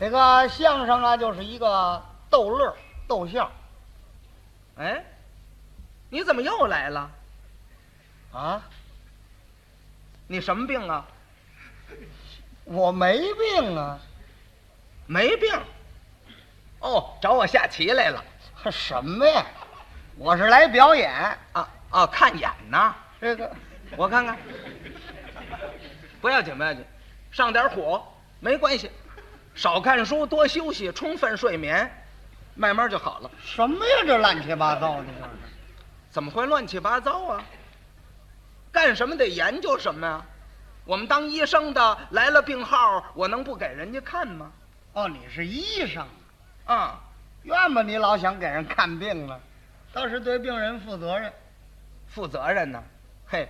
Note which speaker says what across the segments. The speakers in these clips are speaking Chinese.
Speaker 1: 这个相声啊，就是一个逗乐儿、逗笑
Speaker 2: 哎，你怎么又来了？
Speaker 1: 啊。
Speaker 2: 你什么病啊？
Speaker 1: 我没病啊，
Speaker 2: 没病。哦，找我下棋来了
Speaker 1: 什么呀？我是来表演
Speaker 2: 啊？哦，看眼呢。
Speaker 1: 这个，
Speaker 2: 我看看。不要紧，不要紧，上点火没关系，少看书，多休息，充分睡眠，慢慢就好了。
Speaker 1: 什么呀？这乱七八糟的，
Speaker 2: 怎么会乱七八糟啊？干什么得研究什么呀、我们当医生的来了病号，我能不给人家看吗？
Speaker 1: 哦，你是医生，
Speaker 2: 啊、
Speaker 1: 怨吧你老想给人看病了，倒是对病人负责任。
Speaker 2: 负责任呢、嘿，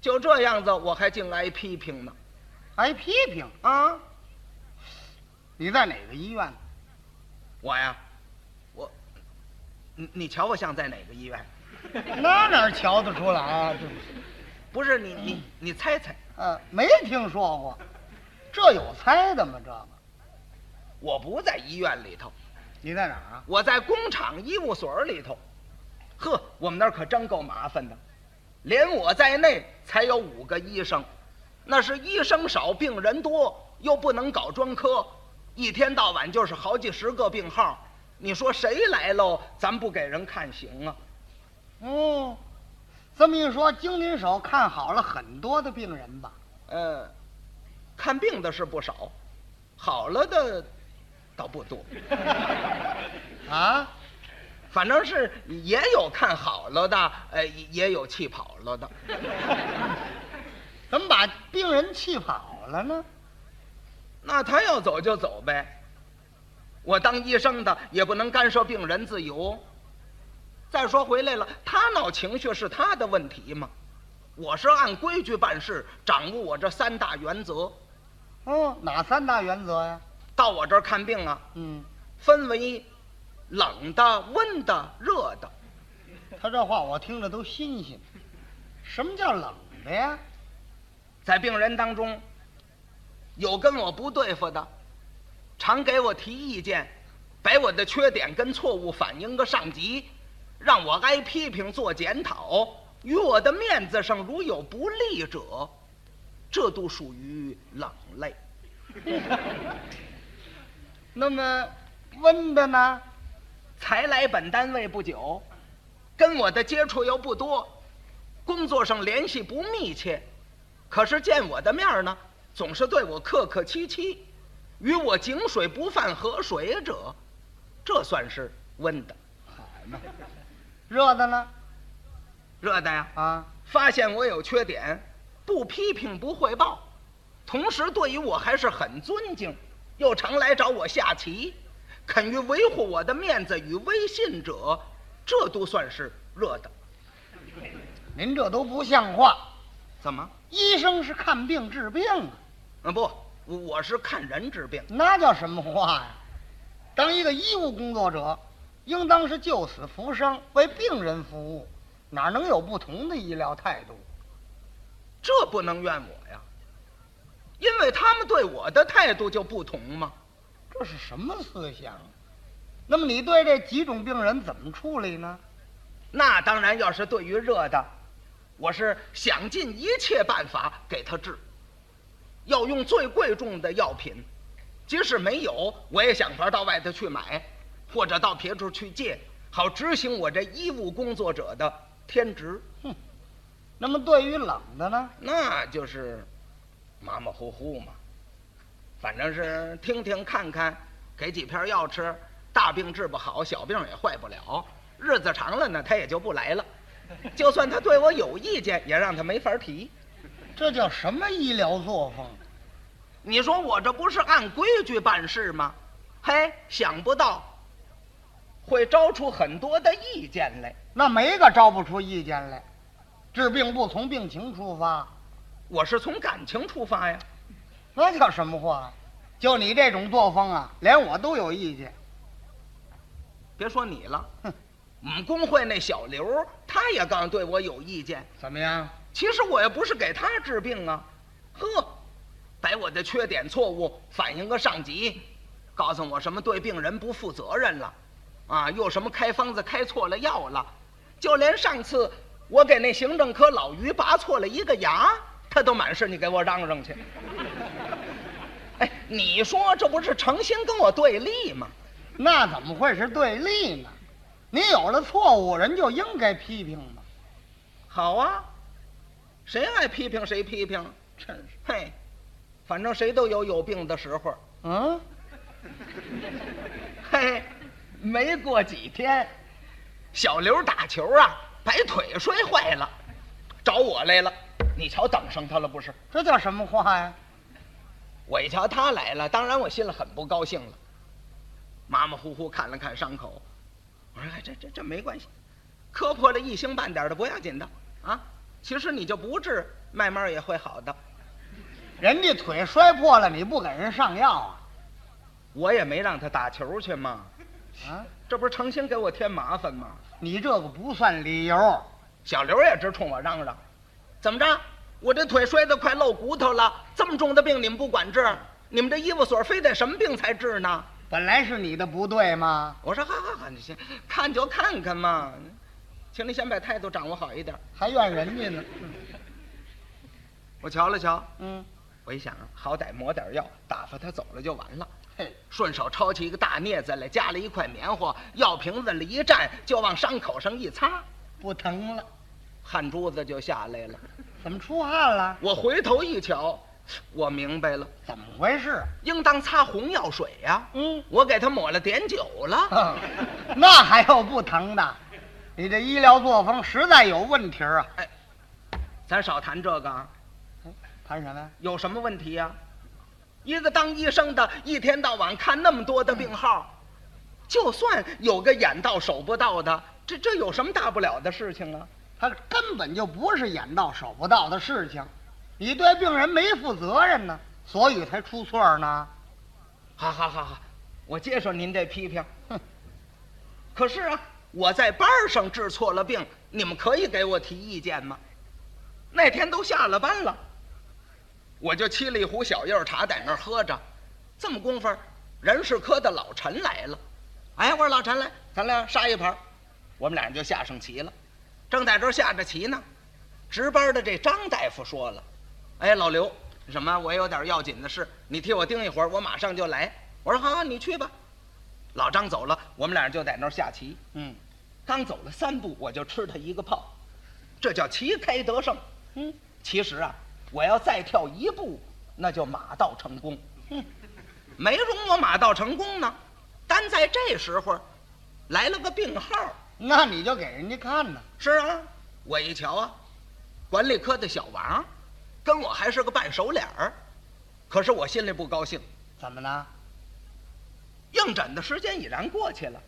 Speaker 2: 就这样子我还净挨批评呢。
Speaker 1: 挨批评，
Speaker 2: 啊，
Speaker 1: 你在哪个医院？
Speaker 2: 我呀，我，你你瞧我像在哪个医院？
Speaker 1: 那哪儿瞧得出来啊？这
Speaker 2: 不是你你你猜猜，
Speaker 1: 呃，没听说过，这有猜的吗？这个
Speaker 2: 我不在医院里头，
Speaker 1: 你在哪儿啊？
Speaker 2: 我在工厂医务所里头。呵，我们那儿可真够麻烦的，连我在内才有五个医生，那是医生少病人多，又不能搞专科，一天到晚就是好几十个病号，你说谁来喽？咱不给人看行啊？
Speaker 1: 哦，这么一说，经您手看好了很多的病人吧？
Speaker 2: 呃，看病的是不少，好了的倒不多，
Speaker 1: 啊，
Speaker 2: 反正是也有看好了的，呃，也有气跑了的。
Speaker 1: 怎么把病人气跑了呢？
Speaker 2: 那他要走就走呗，我当医生的也不能干涉病人自由。再说回来了，他闹情绪是他的问题嘛，我是按规矩办事，掌握我这三大原则。
Speaker 1: 哦，哪三大原则呀、
Speaker 2: 到我这儿看病啊，
Speaker 1: 嗯，
Speaker 2: 分为冷的、温的、热的。
Speaker 1: 他这话我听着都新鲜。什么叫冷的呀？
Speaker 2: 在病人当中，有跟我不对付的，常给我提意见，把我的缺点跟错误反映个上级，让我挨批评做检讨，于我的面子上如有不利者，这都属于冷类。
Speaker 1: 那么温的呢？
Speaker 2: 才来本单位不久，跟我的接触又不多，工作上联系不密切，可是见我的面儿呢，总是对我客客气气，与我井水不犯河水者，这算是温的。
Speaker 1: 热的呢？
Speaker 2: 热的呀，
Speaker 1: 啊，
Speaker 2: 发现我有缺点，不批评不汇报，同时对于我还是很尊敬，又常来找我下棋，肯于维护我的面子与威信者，这都算是热的。
Speaker 1: 您这都不像话。
Speaker 2: 怎么？
Speaker 1: 医生是看病治病啊，
Speaker 2: 啊不，我我是看人治病。
Speaker 1: 那叫什么话呀？当一个医务工作者，应当是救死扶伤，为病人服务，哪能有不同的医疗态度？
Speaker 2: 这不能怨我呀，因为他们对我的态度就不同嘛。
Speaker 1: 这是什么思想啊？那么你对这几种病人怎么处理呢？
Speaker 2: 那当然，要是对于热的，我是想尽一切办法给他治，要用最贵重的药品，即使没有，我也想法到外头去买，或者到别处去借，好执行我这医务工作者的天职。
Speaker 1: 那么对于冷的呢？
Speaker 2: 那就是马马虎虎嘛，反正是听听看看，给几片药吃，大病治不好，小病也坏不了，日子长了呢，他也就不来了。就算他对我有意见，也让他没法提。
Speaker 1: 这叫什么医疗作风？
Speaker 2: 你说我这不是按规矩办事吗？嘿，想不到会招出很多的意见来。
Speaker 1: 那没个招不出意见来。治病不从病情出发，
Speaker 2: 我是从感情出发呀，
Speaker 1: 那叫什么话？就你这种作风啊，连我都有意见。
Speaker 2: 别说你了
Speaker 1: 哼，
Speaker 2: 我们工会那小刘儿，他也刚对我有意见。
Speaker 1: 怎么样？
Speaker 2: 其实我也不是给他治病啊，呵，把我的缺点错误反映个上级，告诉我什么对病人不负责任了，啊，又什么开方子开错了药了，就连上次我给那行政科老于拔错了一个牙，他都满是你给我嚷嚷去。 哎，你说这不是成心跟我对立吗？
Speaker 1: 那怎么会是对立呢？你有了错误，人就应该批评嘛。
Speaker 2: 好啊，谁爱批评谁批评，
Speaker 1: 真是，
Speaker 2: 嘿，反正谁都有有病的时候。
Speaker 1: 嗯，
Speaker 2: 嘿，没过几天，小刘打球啊，摆腿摔坏了，找我来了。你瞧，等上他了不是？
Speaker 1: 这叫什么话呀？
Speaker 2: 我一瞧他来了，当然我心里很不高兴了。马马虎虎看了看伤口，我说：“哎，这这这没关系，磕破了一星半点的不要紧的啊。其实你就不治，慢慢也会好的。
Speaker 1: 人家腿摔破了，你不给人上药啊？
Speaker 2: 我也没让他打球去嘛，
Speaker 1: 啊，
Speaker 2: 这不是成心给我添麻烦吗？”
Speaker 1: 你这个不算理由。
Speaker 2: 小刘也直冲我嚷嚷：“怎么着？我这腿摔得快露骨头了，这么重的病你们不管治？你们这医务所非得什么病才治呢
Speaker 1: 本来是你的不对嘛，？”
Speaker 2: 我说：“好好好，你先看就看看嘛，请你先把态度掌握好一点。
Speaker 1: 还怨人家呢。”
Speaker 2: 我瞧了瞧，
Speaker 1: 嗯，
Speaker 2: 我一想，好歹抹点药，打发他走了就完了。
Speaker 1: 嘿，
Speaker 2: 顺手抄起一个大镊子来，夹了一块棉花，药瓶子里一站，就往伤口上一擦，
Speaker 1: 不疼了，
Speaker 2: 汗珠子就下来了。
Speaker 1: 怎么出汗了？
Speaker 2: 我回头一瞧，我明白了。
Speaker 1: 怎么回事？啊
Speaker 2: 应当擦红药水呀、
Speaker 1: 嗯，
Speaker 2: 我给他抹了碘酒了。
Speaker 1: 哼 那还有不疼的？你这医疗作风实在有问题儿啊！哎
Speaker 2: 咱少谈这个啊，
Speaker 1: 谈什么呀？
Speaker 2: 有什么问题呀、一个当医生的，一天到晚看那么多的病号，就算有个眼到手不到的，这这有什么大不了的事情啊？
Speaker 1: 他根本就不是眼到手不到的事情，你对病人没负责任呢，所以才出错儿呢。
Speaker 2: 好好好好，我接受您这批评。
Speaker 1: 哼，
Speaker 2: 可是啊，我在班儿上治错了病，你们可以给我提意见吗？那天都下了班了，我就沏了一壶小叶茶在那儿喝着，这么功夫儿，人事科的老陈来了。哎，我说老陈来，咱俩杀一盘儿。我们俩人就下上棋了，正在这儿下着棋呢，值班的这张大夫说了：“哎，老刘，什么？我有点要紧的事，你替我盯一会儿，我马上就来。”我说：“好好，你去吧。”老张走了，我们俩人就在那儿下棋。
Speaker 1: 嗯
Speaker 2: 刚走了三步，我就吃他一个炮，这叫旗开得胜。
Speaker 1: 嗯，
Speaker 2: 其实啊，我要再跳一步，那就马到成功。
Speaker 1: 哼
Speaker 2: 没容我马到成功呢，单在这时候，来了个病号。
Speaker 1: 那你就给人家看呢。
Speaker 2: 是啊，我一瞧啊，管理科的小王，跟我还是个半熟脸儿，可是我心里不高兴。
Speaker 1: 怎么了？
Speaker 2: 应诊的时间已然过去了，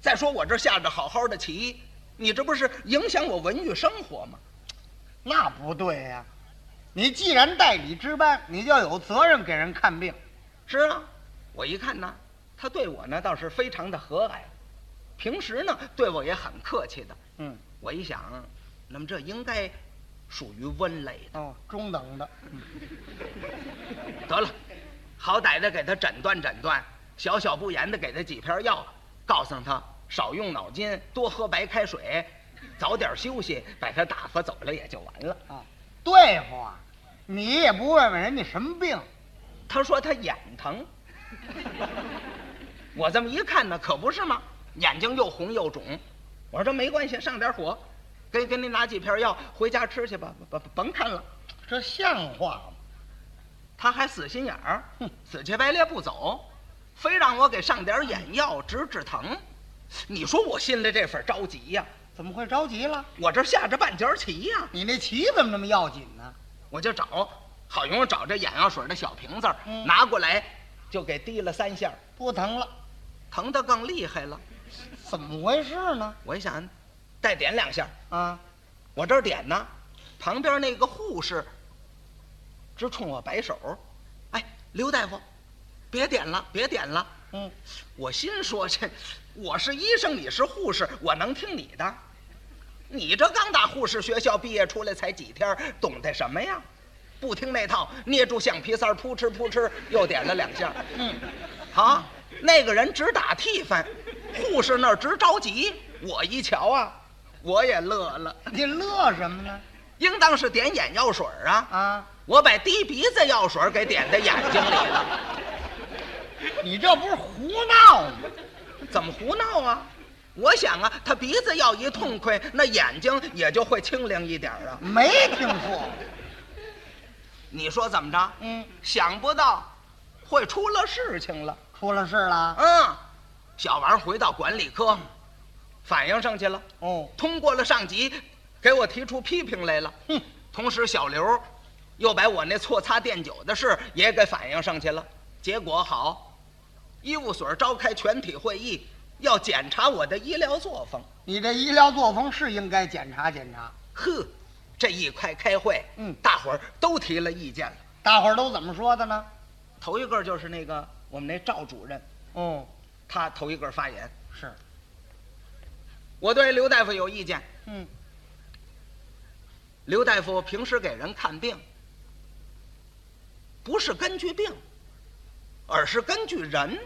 Speaker 2: 再说我这下着好好的棋，你这不是影响我文娱生活吗？
Speaker 1: 那不对呀、你既然代理值班，你就有责任给人看病。
Speaker 2: 是啊，我一看呢，他对我呢倒是非常的和蔼，平时呢对我也很客气的。
Speaker 1: 嗯，
Speaker 2: 我一想，那么这应该属于温类的。
Speaker 1: 哦，中等的。嗯
Speaker 2: 得了，好歹的给他诊断诊断，小小不严的给他几片药，告诉他少用脑筋，多喝白开水，早点休息，把他打发走了也就完了。
Speaker 1: 啊，对付啊，你也不问问人家什么病，
Speaker 2: 他说他眼疼，我这么一看呢，可不是吗？眼睛又红又肿。我说这没关系，上点火，给给你拿几片药，回家吃去吧，甭甭甭看了。
Speaker 1: 这像话吗？
Speaker 2: 他还死心眼儿
Speaker 1: 哼，
Speaker 2: 死乞白赖不走，非让我给上点眼药止止疼。你说我心里这份着急呀、
Speaker 1: 怎么会着急了？
Speaker 2: 我这下着半截儿棋呀、
Speaker 1: 你那棋怎么那么要紧呢？
Speaker 2: 我就找，好容易找这眼药水的小瓶子儿，
Speaker 1: 嗯
Speaker 2: 拿过来就给滴了三下儿，
Speaker 1: 不疼了，
Speaker 2: 疼得更厉害了。
Speaker 1: 怎么回事呢？
Speaker 2: 我一想，再点两下儿，
Speaker 1: 啊，
Speaker 2: 我这儿点呢，旁边那个护士直冲我摆手，哎，刘大夫，别点了，别点了。
Speaker 1: 嗯，
Speaker 2: 我心说这，我是医生，你是护士，我能听你的？你这刚打护士学校毕业出来才几天儿，懂得什么呀？不听那套，捏住橡皮塞儿，扑哧扑哧又点了两下。
Speaker 1: 嗯，
Speaker 2: 啊，那个人直打替翻，护士那儿直着急，我一瞧啊，我也乐了，
Speaker 1: 你乐什么呢？
Speaker 2: 应当是点眼药水儿啊，
Speaker 1: 啊，
Speaker 2: 我把滴鼻子药水儿给点在眼睛里了，
Speaker 1: 你这不是胡闹吗？
Speaker 2: 怎么胡闹啊？我想啊，他鼻子要一痛快，那眼睛也就会清灵一点儿啊。
Speaker 1: 没听说过。
Speaker 2: 你说怎么着？
Speaker 1: 嗯，
Speaker 2: 想不到会出了事情了。
Speaker 1: 出了事了。
Speaker 2: 嗯，小王回到管理科，反映上去了，
Speaker 1: 哦，
Speaker 2: 通过了上级，给我提出批评来了。
Speaker 1: 哼，
Speaker 2: 同时，小刘又把我那错擦垫酒的事也给反映上去了。结果好，医务所召开全体会议，要检查我的医疗作风。
Speaker 1: 你这医疗作风是应该检查检查。
Speaker 2: 呵，这一块开会，
Speaker 1: 嗯
Speaker 2: 大伙儿都提了意见了。
Speaker 1: 大伙儿都怎么说的呢？
Speaker 2: 头一个就是那个我们那赵主任，
Speaker 1: 哦，
Speaker 2: 他头一个发言。
Speaker 1: 是，
Speaker 2: 我对刘大夫有意见。
Speaker 1: 嗯，
Speaker 2: 刘大夫平时给人看病，不是根据病，而是根据人。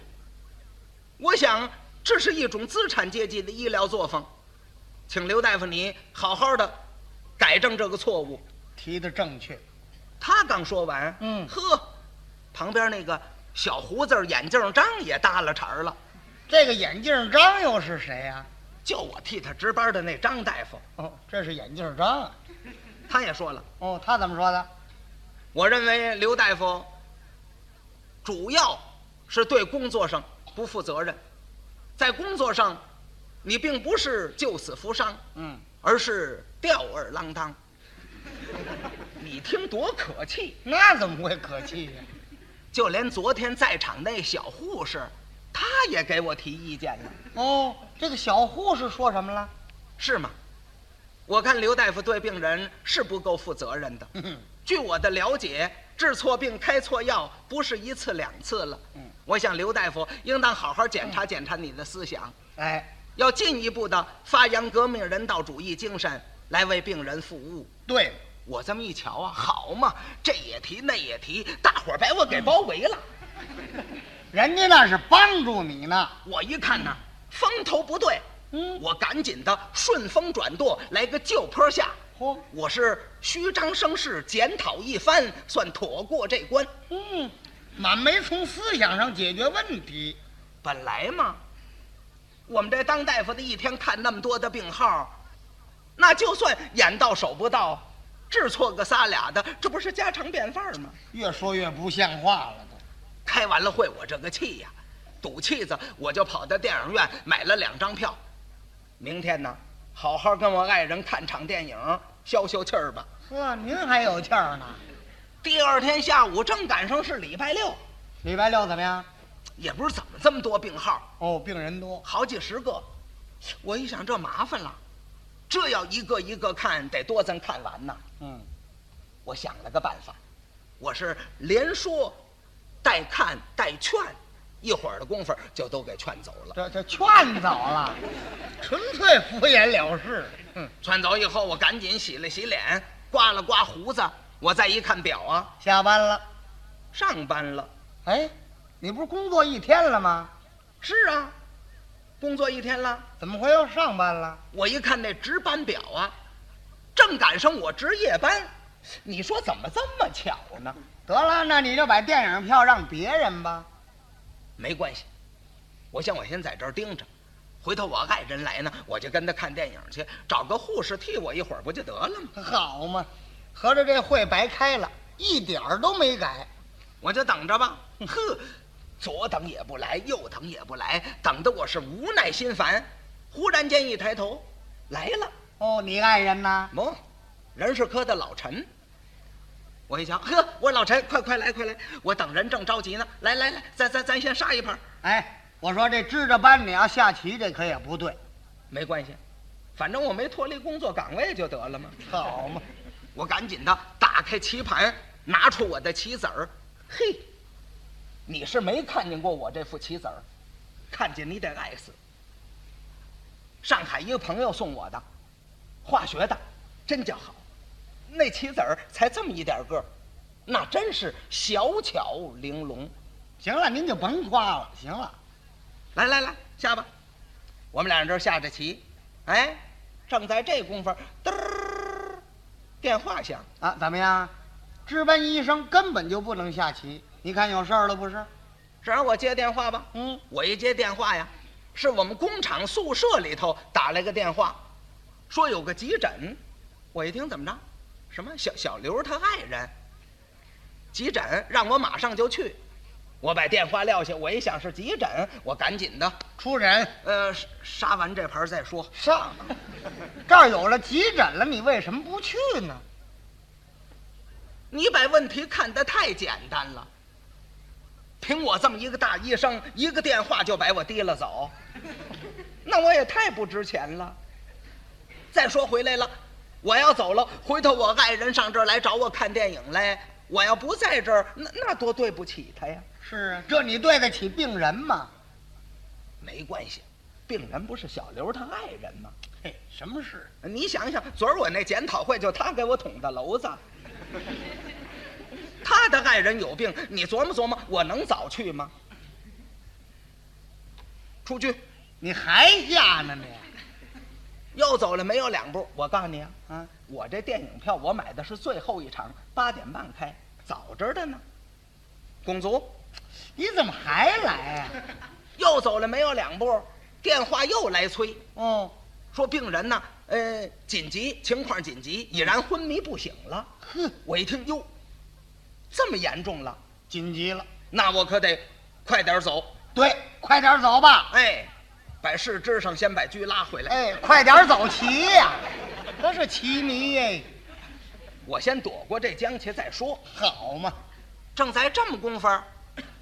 Speaker 2: 我想这是一种资产阶级的医疗作风，请刘大夫你好好的改正这个错误。
Speaker 1: 提的正确。
Speaker 2: 他刚说完，
Speaker 1: 嗯
Speaker 2: 呵，旁边那个小胡子儿眼镜张也搭了茬儿了，
Speaker 1: 这个眼镜张又是谁呀、
Speaker 2: 就我替他值班的那张大夫，
Speaker 1: 哦，这是眼镜张啊。
Speaker 2: 他也说了。
Speaker 1: 哦，他怎么说的？
Speaker 2: 我认为刘大夫主要是对工作上不负责任，在工作上你并不是救死扶伤，
Speaker 1: 嗯
Speaker 2: 而是吊儿郎当。 你听多可气！
Speaker 1: 那怎么会可气呀、
Speaker 2: 就连昨天在场那小护士，她也给我提意见了，
Speaker 1: 哦，这个小护士说什么了？
Speaker 2: 是吗？我看刘大夫对病人是不够负责任的。
Speaker 1: 哼哼
Speaker 2: 据我的了解，治错病、开错药不是一次两次了。
Speaker 1: 嗯
Speaker 2: 我想刘大夫应当好好检查检查你的思想，
Speaker 1: 哎，
Speaker 2: 要进一步的发扬革命人道主义精神，来为病人服务。
Speaker 1: 对，
Speaker 2: 我这么一瞧啊，好嘛，这也提那也提，大伙儿把我给包围了。
Speaker 1: 人家那是帮助你呢。
Speaker 2: 我一看呐，风头不对，
Speaker 1: 嗯，
Speaker 2: 我赶紧的顺风转舵，来个就坡下。
Speaker 1: 嚯，
Speaker 2: 我是虚张声势，检讨一番，算妥过这关。
Speaker 1: 嗯，满没从思想上解决问题。
Speaker 2: 本来嘛，我们这当大夫的一天看那么多的病号，那就算眼到手不到，治错个仨俩的，这不是家常便饭吗？
Speaker 1: 越说越不像话了都。
Speaker 2: 开完了会，我这个气呀、赌气子，我就跑到电影院买了两张票。明天呢，好好跟我爱人看场电影，消消气儿吧。
Speaker 1: 呵，您还有气儿呢？
Speaker 2: 第二天下午正赶上是礼拜六，
Speaker 1: 礼拜六怎么样？
Speaker 2: 也不知怎么这么多病号，
Speaker 1: 哦，病人多。
Speaker 2: 好几十个，我一想这麻烦了，这要一个一个看，得多咱看完呐。
Speaker 1: 嗯，
Speaker 2: 我想了个办法，我是连说带看带劝，一会儿的功夫就都给劝走了。
Speaker 1: 这这劝走了，纯粹敷衍了事。嗯，
Speaker 2: 劝走以后，我赶紧洗了洗脸，刮了刮胡子，我再一看表啊，
Speaker 1: 下班了。
Speaker 2: 上班了。
Speaker 1: 哎，你不是工作一天了吗？
Speaker 2: 是啊，工作一天了，
Speaker 1: 怎么会又上班了？
Speaker 2: 我一看那值班表啊，正赶上我值夜班，你说怎么这么巧呢？
Speaker 1: 得了，那你就把电影票让别人吧。
Speaker 2: 没关系，我想我先在这儿盯着，回头我爱人来呢，我就跟他看电影去，找个护士替我一会儿不就得了吗？
Speaker 1: 好嘛，合着这会白开了，一点儿都没改。
Speaker 2: 我就等着吧。呵，左等也不来，右等也不来，等得我是无奈心烦。忽然间一抬头，来了，
Speaker 1: 哦，你爱人呢？
Speaker 2: 喏，人事科的老陈。我一瞧，呵，我说老陈，快快来，快来，我等人正着急呢，来来来，咱咱咱先杀一盘。
Speaker 1: 哎，我说这支着班你要下棋，这可也不对。
Speaker 2: 没关系，反正我没脱离工作岗位就得了嘛。
Speaker 1: 好嘛，
Speaker 2: 我赶紧的打开棋盘，拿出我的棋子儿。嘿，你是没看见过我这副棋子儿，看见你得爱死。上海一个朋友送我的，化学的，真叫好。那棋子儿才这么一点个儿，那真是小巧玲珑。
Speaker 1: 行了，您就甭夸了，行了，
Speaker 2: 来来来，下吧，我们俩人这儿下着棋，哎，正在这功夫，嘚儿，电话响，
Speaker 1: 啊，怎么样？值班医生根本就不能下棋，你看有事儿了不是？
Speaker 2: 这啊让我接电话吧。
Speaker 1: 嗯，
Speaker 2: 我一接电话呀，是我们工厂宿舍里头打来个电话，说有个急诊。我一听怎么着，什么小小刘他爱人急诊，让我马上就去。我把电话撂下，我一想是急诊，我赶紧的，
Speaker 1: 出诊
Speaker 2: 呃，杀杀完这盘再说。
Speaker 1: 上，这儿有了急诊了，你为什么不去呢？
Speaker 2: 你把问题看得太简单了。凭我这么一个大医生，一个电话就把我提了走，那我也太不值钱了。再说回来了，我要走了，回头我爱人上这儿来找我看电影来，我要不在这儿，那那多对不起他呀。
Speaker 1: 是啊，这你对得起病人吗？
Speaker 2: 没关系，病人不是小刘他爱人吗？
Speaker 1: 嘿，什么事？
Speaker 2: 你想想，昨儿我那检讨会就他给我捅的娄子。他的爱人有病，你琢磨琢磨，我能早去吗？出去，
Speaker 1: 你还下呢你？
Speaker 2: 又走了没有两步，我告诉你啊，
Speaker 1: 啊，
Speaker 2: 我这电影票我买的是最后一场，八点半开，早着的呢。拱足，
Speaker 1: 你怎么还来啊呀、
Speaker 2: 又走了没有两步，电话又来催，
Speaker 1: 哦，
Speaker 2: 说病人呢，呃，紧急情况紧急，已然昏迷不醒了。
Speaker 1: 哼，
Speaker 2: 我一听，哟，这么严重了，
Speaker 1: 紧急了。
Speaker 2: 那我可得快点走。
Speaker 1: 对，快点走吧。
Speaker 2: 哎，把试枝上先把车拉回来，
Speaker 1: 哎，快点走棋呀、那是棋迷哎，
Speaker 2: 我先躲过这江去再说。
Speaker 1: 好嘛。
Speaker 2: 正在这么功夫儿，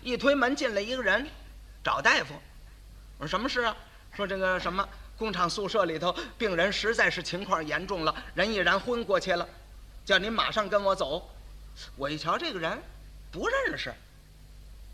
Speaker 2: 一推门进来一个人，找大夫。我说什么事啊？说这个什么工厂宿舍里头病人实在是情况严重了，人已然昏过去了，叫您马上跟我走。我一瞧这个人，不认识，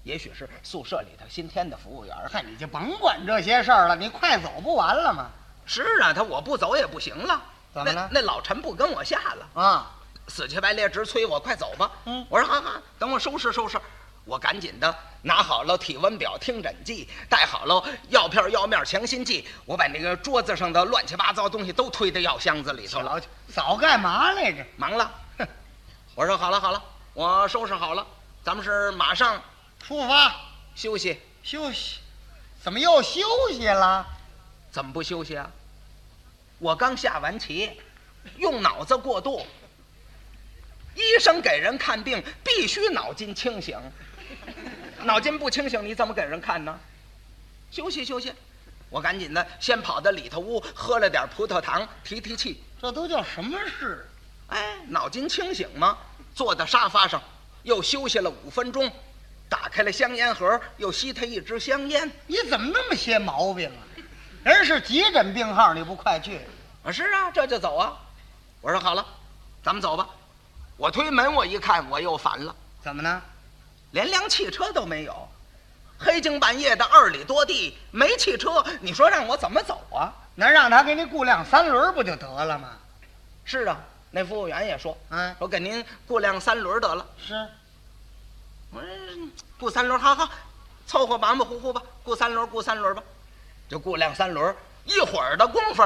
Speaker 2: 也许是宿舍里头新添的服务员儿。
Speaker 1: 嗨，你就甭管这些事儿了，你快走不完了吗？
Speaker 2: 是啊，他我不走也不行了。
Speaker 1: 怎么了
Speaker 2: 那那老陈不跟我下了。
Speaker 1: 啊，
Speaker 2: 死乞白咧直催我快走吧。
Speaker 1: 嗯
Speaker 2: 我说好好，等我收拾收拾。我赶紧的拿好了体温表、听诊剂，带好了药片、药面、强心剂。我把那个桌子上的乱七八糟东西都推到药箱子里头了。
Speaker 1: 老早干嘛来着？
Speaker 2: 忙了，
Speaker 1: 哼，
Speaker 2: 我说好了好了，我收拾好了，咱们是马上
Speaker 1: 出发
Speaker 2: 休息。
Speaker 1: 休息，怎么又休息了？
Speaker 2: 怎么不休息啊？我刚下完棋，用脑子过度。医生给人看病必须脑筋清醒，脑筋不清醒你怎么给人看呢？休息休息，我赶紧的先跑到里头屋喝了点葡萄糖提提气。
Speaker 1: 这都叫什么事？
Speaker 2: 哎，脑筋清醒吗？坐在沙发上，又休息了五分钟，打开了香烟盒，又吸他一支香烟。
Speaker 1: 你怎么那么些毛病啊？人是急诊病号，你不快去？
Speaker 2: 啊，是啊，这就走啊。我说好了，咱们走吧。我推门，我一看，我又烦了，
Speaker 1: 怎么呢？
Speaker 2: 连辆汽车都没有。黑更半夜的二里多地没汽车，你说让我怎么走啊？
Speaker 1: 能让他给你雇辆三轮儿不就得了吗？
Speaker 2: 是啊，那服务员也说，
Speaker 1: 啊，
Speaker 2: 我给您雇辆三轮得了。
Speaker 1: 是，
Speaker 2: 我说雇三轮，好好，凑合马马虎虎吧，雇三轮，雇三轮吧，就雇辆三轮。一会儿的功夫，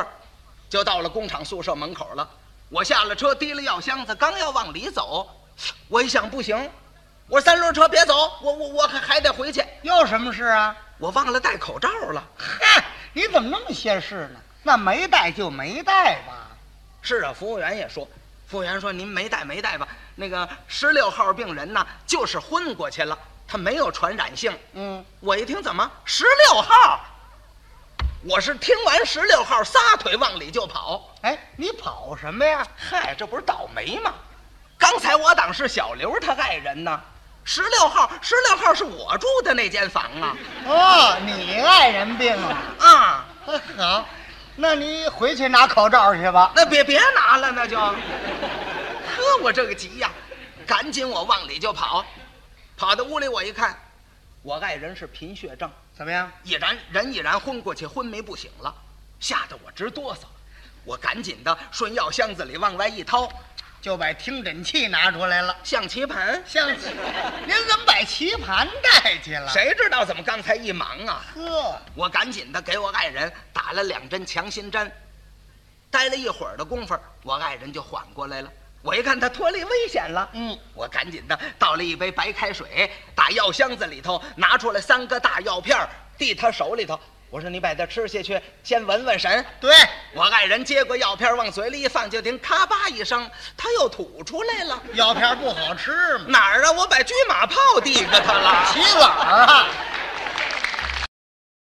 Speaker 2: 就到了工厂宿舍门口了。我下了车，提了药箱子，刚要往里走，我一想不行，我说三轮车别走，我我我还还得回去，
Speaker 1: 又什么事啊？
Speaker 2: 我忘了戴口罩了。
Speaker 1: 嗨，你怎么那么些事呢？那没带就没带吧。
Speaker 2: 是啊，服务员也说，服务员说您没带没带吧？那个十六号病人呢，就是昏过去了，他没有传染性。
Speaker 1: 嗯，
Speaker 2: 我一听怎么十六号？我是听完十六号，撒腿往里就跑。
Speaker 1: 哎，你跑什么呀？
Speaker 2: 嗨，这不是倒霉吗？刚才我党是小刘他爱人呢，十六号，十六号是我住的那间房啊
Speaker 1: 哦，你爱人病了。
Speaker 2: 啊！
Speaker 1: 呵好，那你回去拿口罩去吧。
Speaker 2: 那别别拿了，那就。呵，我这个急呀、赶紧我往里就跑，跑到屋里我一看，我爱人是贫血症，
Speaker 1: 怎么样？
Speaker 2: 已然人已然昏过去，昏迷不醒了，吓得我直哆嗦。我赶紧的顺药箱子里往外一掏，
Speaker 1: 就把听诊器拿出来了。
Speaker 2: 象棋盘，
Speaker 1: 象棋，您怎么把棋盘带去了？？
Speaker 2: 谁知道怎么刚才一忙啊？
Speaker 1: 呵，
Speaker 2: 我赶紧的给我爱人打了两针强心针，待了一会儿的功夫，我爱人就缓过来了。我一看他脱离危险了，
Speaker 1: 嗯，
Speaker 2: 我赶紧的倒了一杯白开水，打药箱子里头拿出来三个大药片儿递他手里头。我说：“你把它吃下去，先闻闻神。
Speaker 1: 对，”
Speaker 2: 我爱人接过药片儿往嘴里一放，就听咔吧一声，他又吐出来了。
Speaker 1: 药片不好吃嘛，
Speaker 2: 哪儿啊？我把车马炮递给他了。
Speaker 1: 棋子儿啊。